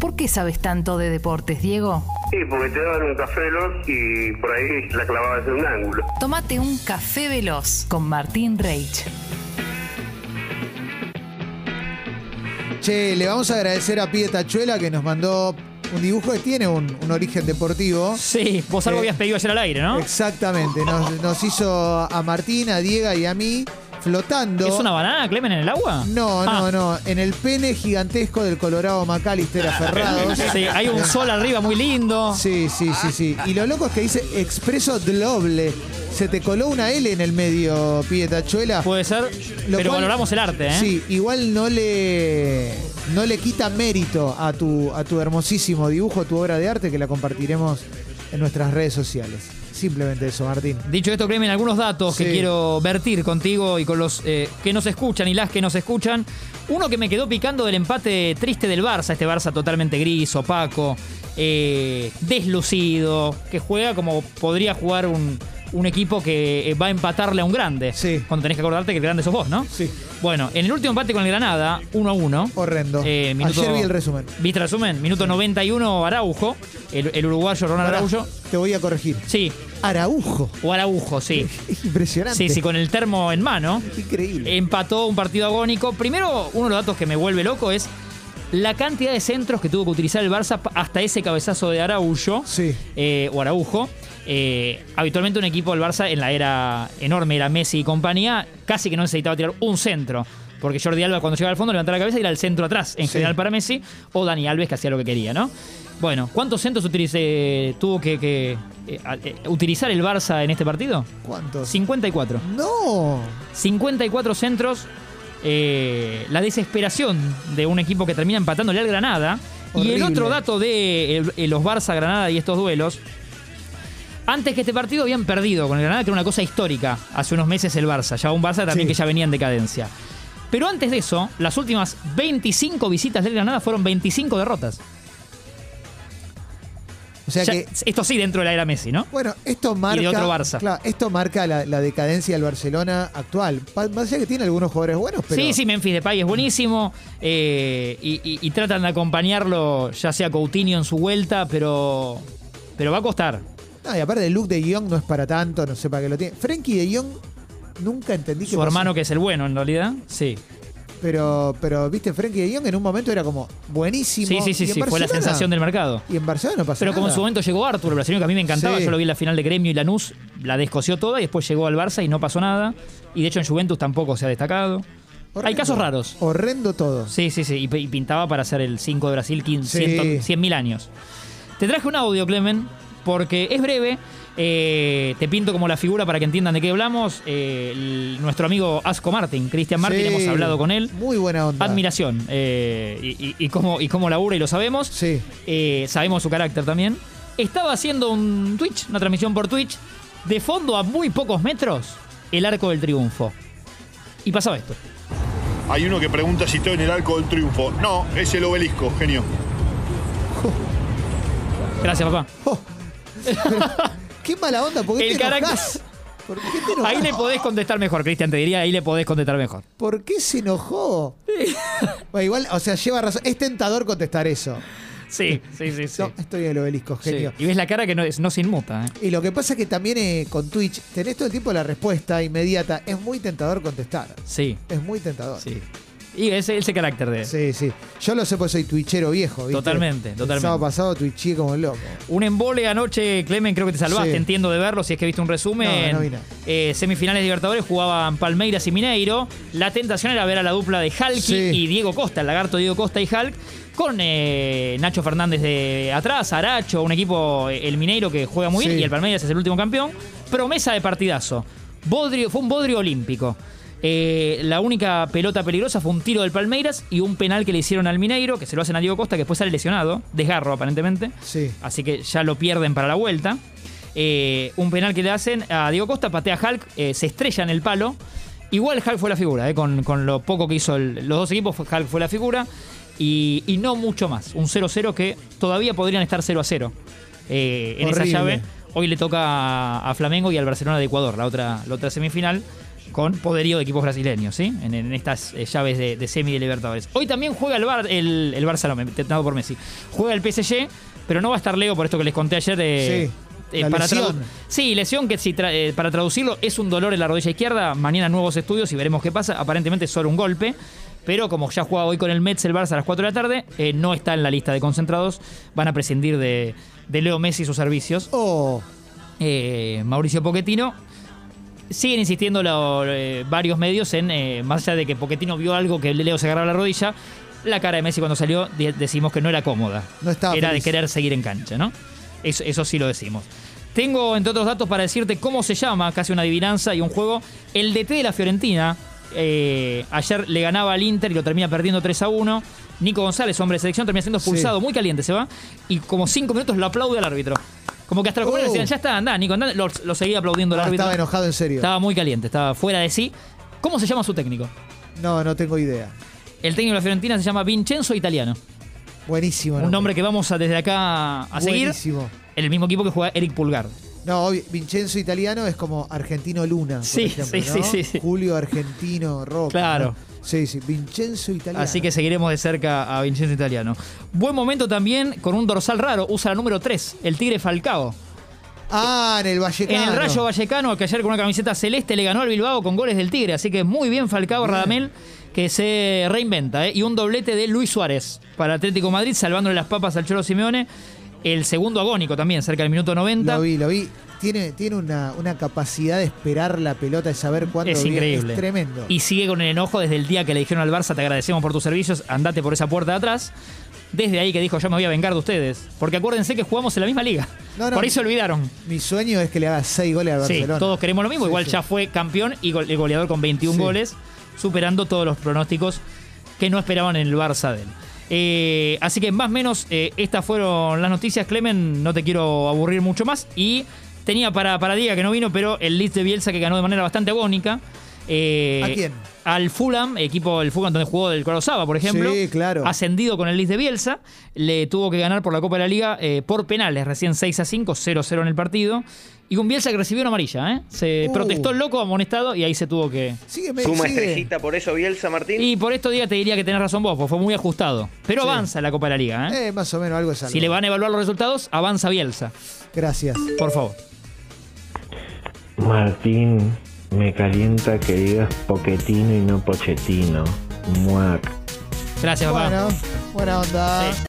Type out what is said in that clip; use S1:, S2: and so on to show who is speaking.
S1: ¿Por qué sabes tanto de deportes, Diego?
S2: Sí, porque te daban un café veloz y por ahí la clavabas en un ángulo.
S1: Tómate un café veloz con Martín Reich.
S3: Che, le vamos a agradecer a Pie Tachuela que nos mandó un dibujo que tiene un, un origen deportivo.
S4: Sí, vos algo
S3: Eh,
S4: habías pedido ayer al aire, ¿no?
S3: Exactamente, nos, nos hizo a Martín, a Diego y a mí flotando.
S4: ¿Es una banana, Clemen, en el agua?
S3: No,
S4: Ah,
S3: no, no. En el pene gigantesco del Colorado Macalister aferrados.
S4: Ah, Sí, hay un sol arriba muy lindo.
S3: Sí, sí, sí, sí. Y lo loco es que dice expreso doble. Se te coló una L en el medio, Pietachuela.
S4: Puede ser,
S3: Lo
S4: pero
S3: cual-
S4: valoramos el arte, ¿eh?
S3: Sí, igual no le no le quita mérito a tu a tu hermosísimo dibujo, a tu obra de arte que la compartiremos en nuestras redes sociales. Simplemente eso, Martín.
S4: Dicho esto, Clemen, algunos datos
S3: Sí.
S4: que quiero vertir contigo y con los eh, que nos escuchan y las que nos escuchan. Uno que me quedó picando del empate triste del Barça, este Barça totalmente gris, opaco, eh, deslucido, que juega como podría jugar un, un equipo que eh, va a empatarle a un grande.
S3: Sí.
S4: Cuando tenés que acordarte que el grande sos vos, ¿no?
S3: Sí.
S4: Bueno, en el último empate con el Granada, 1 a 1.
S3: Horrendo.
S4: Eh, minuto-
S3: Ayer vi el resumen.
S4: ¿Viste el resumen? Minuto 91, Araujo, el, el uruguayo Ronald
S3: Pará,
S4: Araujo.
S3: Te voy a corregir.
S4: Sí,
S3: Araujo.
S4: o Araujo, sí.
S3: Es impresionante.
S4: Sí, sí, con Eh, el termo en mano.
S3: Increíble.
S4: Empató un partido agónico. Primero, uno de los datos que me vuelve loco es la cantidad de centros que tuvo que utilizar el Barça pa- hasta ese cabezazo de Araujo.
S3: Sí.
S4: eh, o Araujo. Eh, habitualmente un equipo del Barça en la era enorme, era Messi y compañía, casi que no necesitaba tirar un centro. Porque Jordi Alba cuando llegaba al fondo levantaba la cabeza y era el centro atrás, en
S3: Sí.
S4: general para Messi, o Dani Alves que hacía lo que quería, ¿no? Bueno, ¿cuántos centros utilice- tuvo que, que, eh, a- eh, utilizar el Barça en este partido?
S3: ¿Cuántos?
S4: 54.
S3: No.
S4: 54 centros. eh, la desesperación de un equipo que termina empatándole al Granada. Y el
S3: Horrible.
S4: otro dato de eh, eh, los Barça, Granada y estos duelos. Antes que este partido habían perdido con el Granada, que era una cosa histórica. Hace unos meses el Barça, ya un Barça también
S3: Sí.
S4: que ya venía en decadencia. Pero antes de eso, las últimas 25 visitas del Granada fueron 25 derrotas.
S3: O sea
S4: Ya-
S3: que
S4: esto sí dentro de la era Messi, ¿no?
S3: Bueno, esto marca.
S4: otro Barça.
S3: Claro, esto marca la, la decadencia del Barcelona actual. Pa- Más allá que tiene algunos jugadores buenos, pero.
S4: sí, sí, Memphis Depay es buenísimo eh, y, y- y tratan de acompañarlo, ya sea Coutinho en su vuelta, pero, pero va a costar.
S3: No, y aparte, el look de Young no es para tanto, no sé para qué lo tiene. Frankie de Young nunca entendí
S4: Su hermano que es el bueno, en realidad. Sí,
S3: Pero, pero viste, Frankie de Young en un momento era como buenísimo.
S4: sí, sí,
S3: Y
S4: sí,
S3: en
S4: sí, fue la
S3: Barcelona-
S4: sensación del mercado.
S3: Y en Barcelona no pasa
S4: Pero como en
S3: nada.
S4: su momento llegó Arthur, el brasileño que a mí me encantaba,
S3: Sí.
S4: yo lo vi en la final de Gremio y Lanús, la descoció toda y después llegó al Barça y no pasó nada. Y de hecho en Juventus tampoco se ha destacado. Hay
S3: Horrendo.
S4: casos raros.
S3: Horrendo todo.
S4: Sí, sí, sí. Y, p- y pintaba para ser el 5 de Brasil 100.000
S3: Sí.
S4: años. Te traje un audio, Clemen, porque es breve. eh, te pinto como la figura para que entiendan de qué hablamos. eh, el- nuestro amigo Asco Martin, Cristian Martin,
S3: Sí.
S4: hemos hablado con él.
S3: Muy buena onda.
S4: Admiración. eh, y, y- y cómo, y cómo labura y lo sabemos.
S3: Sí.
S4: Eh, sabemos su carácter también. Estaba haciendo un Twitch, una transmisión por Twitch. De fondo a muy pocos metros, el arco del triunfo. Y pasaba esto.
S5: Hay uno que pregunta si estoy en el arco del triunfo. No, es el obelisco, genio.
S4: Gracias, papá.
S3: Qué mala onda, ¿por qué
S4: El
S3: te
S4: carácter-
S3: enojás? ¿Por qué te enojás?
S4: Ahí le podés contestar mejor, Cristian, te diría, ahí le podés contestar mejor.
S3: ¿Por qué se enojó? Bueno, igual, o sea, lleva razón. Es tentador contestar eso.
S4: Sí, sí, sí, sí.
S3: No, estoy en el obelisco, genio.
S4: Sí. Y ves la cara que no, es- no se inmuta. ¿eh?
S3: Y lo que pasa es que también eh, con Twitch tenés todo el tiempo la respuesta inmediata. Es muy tentador contestar.
S4: Sí,
S3: Es muy tentador. Sí,
S4: sí. Y ese, ese carácter de...
S3: sí. Yo lo sé porque soy twitchero viejo, ¿viste?
S4: Totalmente,
S3: El
S4: totalmente.
S3: sábado pasado twitché como loco.
S4: Un embole anoche, Clemen, creo que te salvaste,
S3: Sí.
S4: entiendo de verlo, si es que viste un resumen.
S3: No, no vi nada.
S4: Eh, semifinales de Libertadores jugaban Palmeiras y Mineiro. La tentación era ver a la dupla de Halki
S3: Sí.
S4: y Diego Costa, el lagarto Diego Costa y Hulk, con eh, Nacho Fernández de atrás, Aracho, un equipo, eh, el Mineiro que juega muy bien
S3: Sí.
S4: y el Palmeiras es el último campeón. Promesa de partidazo. Bodrio, fue un bodrio olímpico. Eh, la única pelota peligrosa fue un tiro del Palmeiras y un penal que le hicieron al Mineiro, que se lo hacen a Diego Costa, que después sale lesionado, desgarro aparentemente.
S3: Sí.
S4: Así que ya lo pierden para la vuelta. Eh, un penal que le hacen a Diego Costa, patea a Hulk, eh, se estrella en el palo. Igual Hulk fue la figura, eh, con, con lo poco que hizo el- los dos equipos, fue- Hulk fue la figura. Y, y no mucho más. Un 0-0 que todavía podrían estar 0-0 eh, en esa
S3: Horrible.
S4: llave. Hoy le toca a, a Flamengo y al Barcelona de Ecuador, la otra, la otra semifinal. con poderío de equipos brasileños, ¿sí? En, en estas eh, llaves de, de semi de Libertadores. Hoy también juega el, Bar, el, el Barça, no, me- tentado por Messi. Juega el PSG, pero no va a estar Leo por esto que les conté ayer. eh,
S3: Sí, la
S4: para
S3: lesión.
S4: tradu- Sí, lesión que si tra- eh, para traducirlo es un dolor en la rodilla izquierda. Mañana nuevos estudios y veremos qué pasa. Aparentemente es solo un golpe. Pero como ya juega hoy con el Mets el Barça a las 4 de la tarde, eh, no está en la lista de concentrados. Van a prescindir de, de Leo Messi y sus servicios.
S3: Oh,
S4: Eh, Mauricio Pochettino. Siguen insistiendo lo- eh, varios medios en, eh, más allá de que Pochettino vio algo que Leo se agarraba la rodilla, la cara de Messi cuando salió de- decimos que no era cómoda.
S3: No estaba
S4: Era
S3: feliz.
S4: de querer seguir en cancha, ¿no? Eso, eso sí lo decimos. Tengo, entre otros datos, para decirte cómo se llama, casi una adivinanza y un juego. El DT de la Fiorentina. eh, ayer le ganaba al Inter y lo termina perdiendo 3 a 1. Nico González, hombre de selección, termina siendo expulsado, muy caliente se va. Y como 5 minutos lo aplaude al árbitro. Como que hasta los
S3: Oh.
S4: comunes decían, ya está, andá, Nico, andá. Lo, lo seguía aplaudiendo el
S3: ah,
S4: árbitro.
S3: estaba enojado en serio.
S4: Estaba muy caliente, estaba fuera de sí. ¿Cómo se llama su técnico?
S3: No, no tengo idea.
S4: El técnico de la Fiorentina se llama Vincenzo Italiano.
S3: Buenísimo.
S4: un nombre que vamos a, desde acá a seguir.
S3: Buenísimo.
S4: El mismo equipo que juega Eric Pulgar.
S3: No, obvio, Vincenzo Italiano es como Argentino Luna. por
S4: Sí,
S3: ejemplo,
S4: sí,
S3: ¿no?
S4: sí, sí, sí.
S3: Julio Argentino Roca.
S4: Claro.
S3: ¿no? Sí, sí. Vincenzo Italiano.
S4: Así que seguiremos de cerca a Vincenzo Italiano. Buen momento también con un dorsal raro. Usa la número 3, el Tigre Falcao.
S3: Ah, en el Vallecano.
S4: En el Rayo Vallecano, que ayer con una camiseta celeste le ganó al Bilbao con goles del Tigre. Así que muy bien Falcao Radamel, que se reinventa. ¿eh? Y un doblete de Luis Suárez para Atlético Madrid, salvándole las papas al Cholo Simeone. El segundo agónico también, cerca del minuto 90.
S3: Lo vi, lo vi. Tiene, tiene una, una capacidad de esperar la pelota, de saber cuándo
S4: Es
S3: viene.
S4: increíble.
S3: Es tremendo.
S4: Y sigue con el enojo desde el día que le dijeron al Barça, te agradecemos por tus servicios, andate por esa puerta de atrás. Desde ahí que dijo, yo me voy a vengar de ustedes. Porque acuérdense que jugamos en la misma liga.
S3: No, no.
S4: Por ahí se olvidaron.
S3: Mi sueño es que le haga seis goles al
S4: Sí,
S3: Barcelona.
S4: todos queremos lo mismo.
S3: Sí,
S4: Igual
S3: sí.
S4: ya fue campeón y gol- el goleador con 21
S3: Sí.
S4: goles, superando todos los pronósticos que no esperaban en el Barça de él. Eh, así que más o menos eh, estas fueron las noticias, Clemen. No te quiero aburrir mucho más. Y tenía para, para Diga que no vino, pero el Leeds de Bielsa que ganó de manera bastante agónica. eh,
S3: ¿A quién?
S4: Al Fulham, equipo del Fulham donde jugó del Corozaba, por ejemplo.
S3: Sí, claro.
S4: Ascendido con el Leeds de Bielsa. Le tuvo que ganar por la Copa de la Liga eh, por penales, recién 6 a 5, 0-0 en el partido. Y un Bielsa que recibió una amarilla, ¿eh? Se
S3: Uh.
S4: protestó el loco, amonestado, y ahí se tuvo que.
S3: Sígueme,
S6: Suma
S3: sigue.
S6: estrellita por eso Bielsa, Martín.
S4: Y por esto, Diga, te diría que tenés razón vos, porque fue muy ajustado. Pero
S3: Sí.
S4: avanza la Copa de la Liga, ¿eh?
S3: Eh, más o menos algo es algo.
S4: si le van a evaluar los resultados, avanza Bielsa.
S3: Gracias.
S4: Por favor.
S7: Martín, me calienta que digas poquetino y no pochetino. Muac.
S4: Gracias, papá.
S3: Bueno, buena onda.
S4: Sí.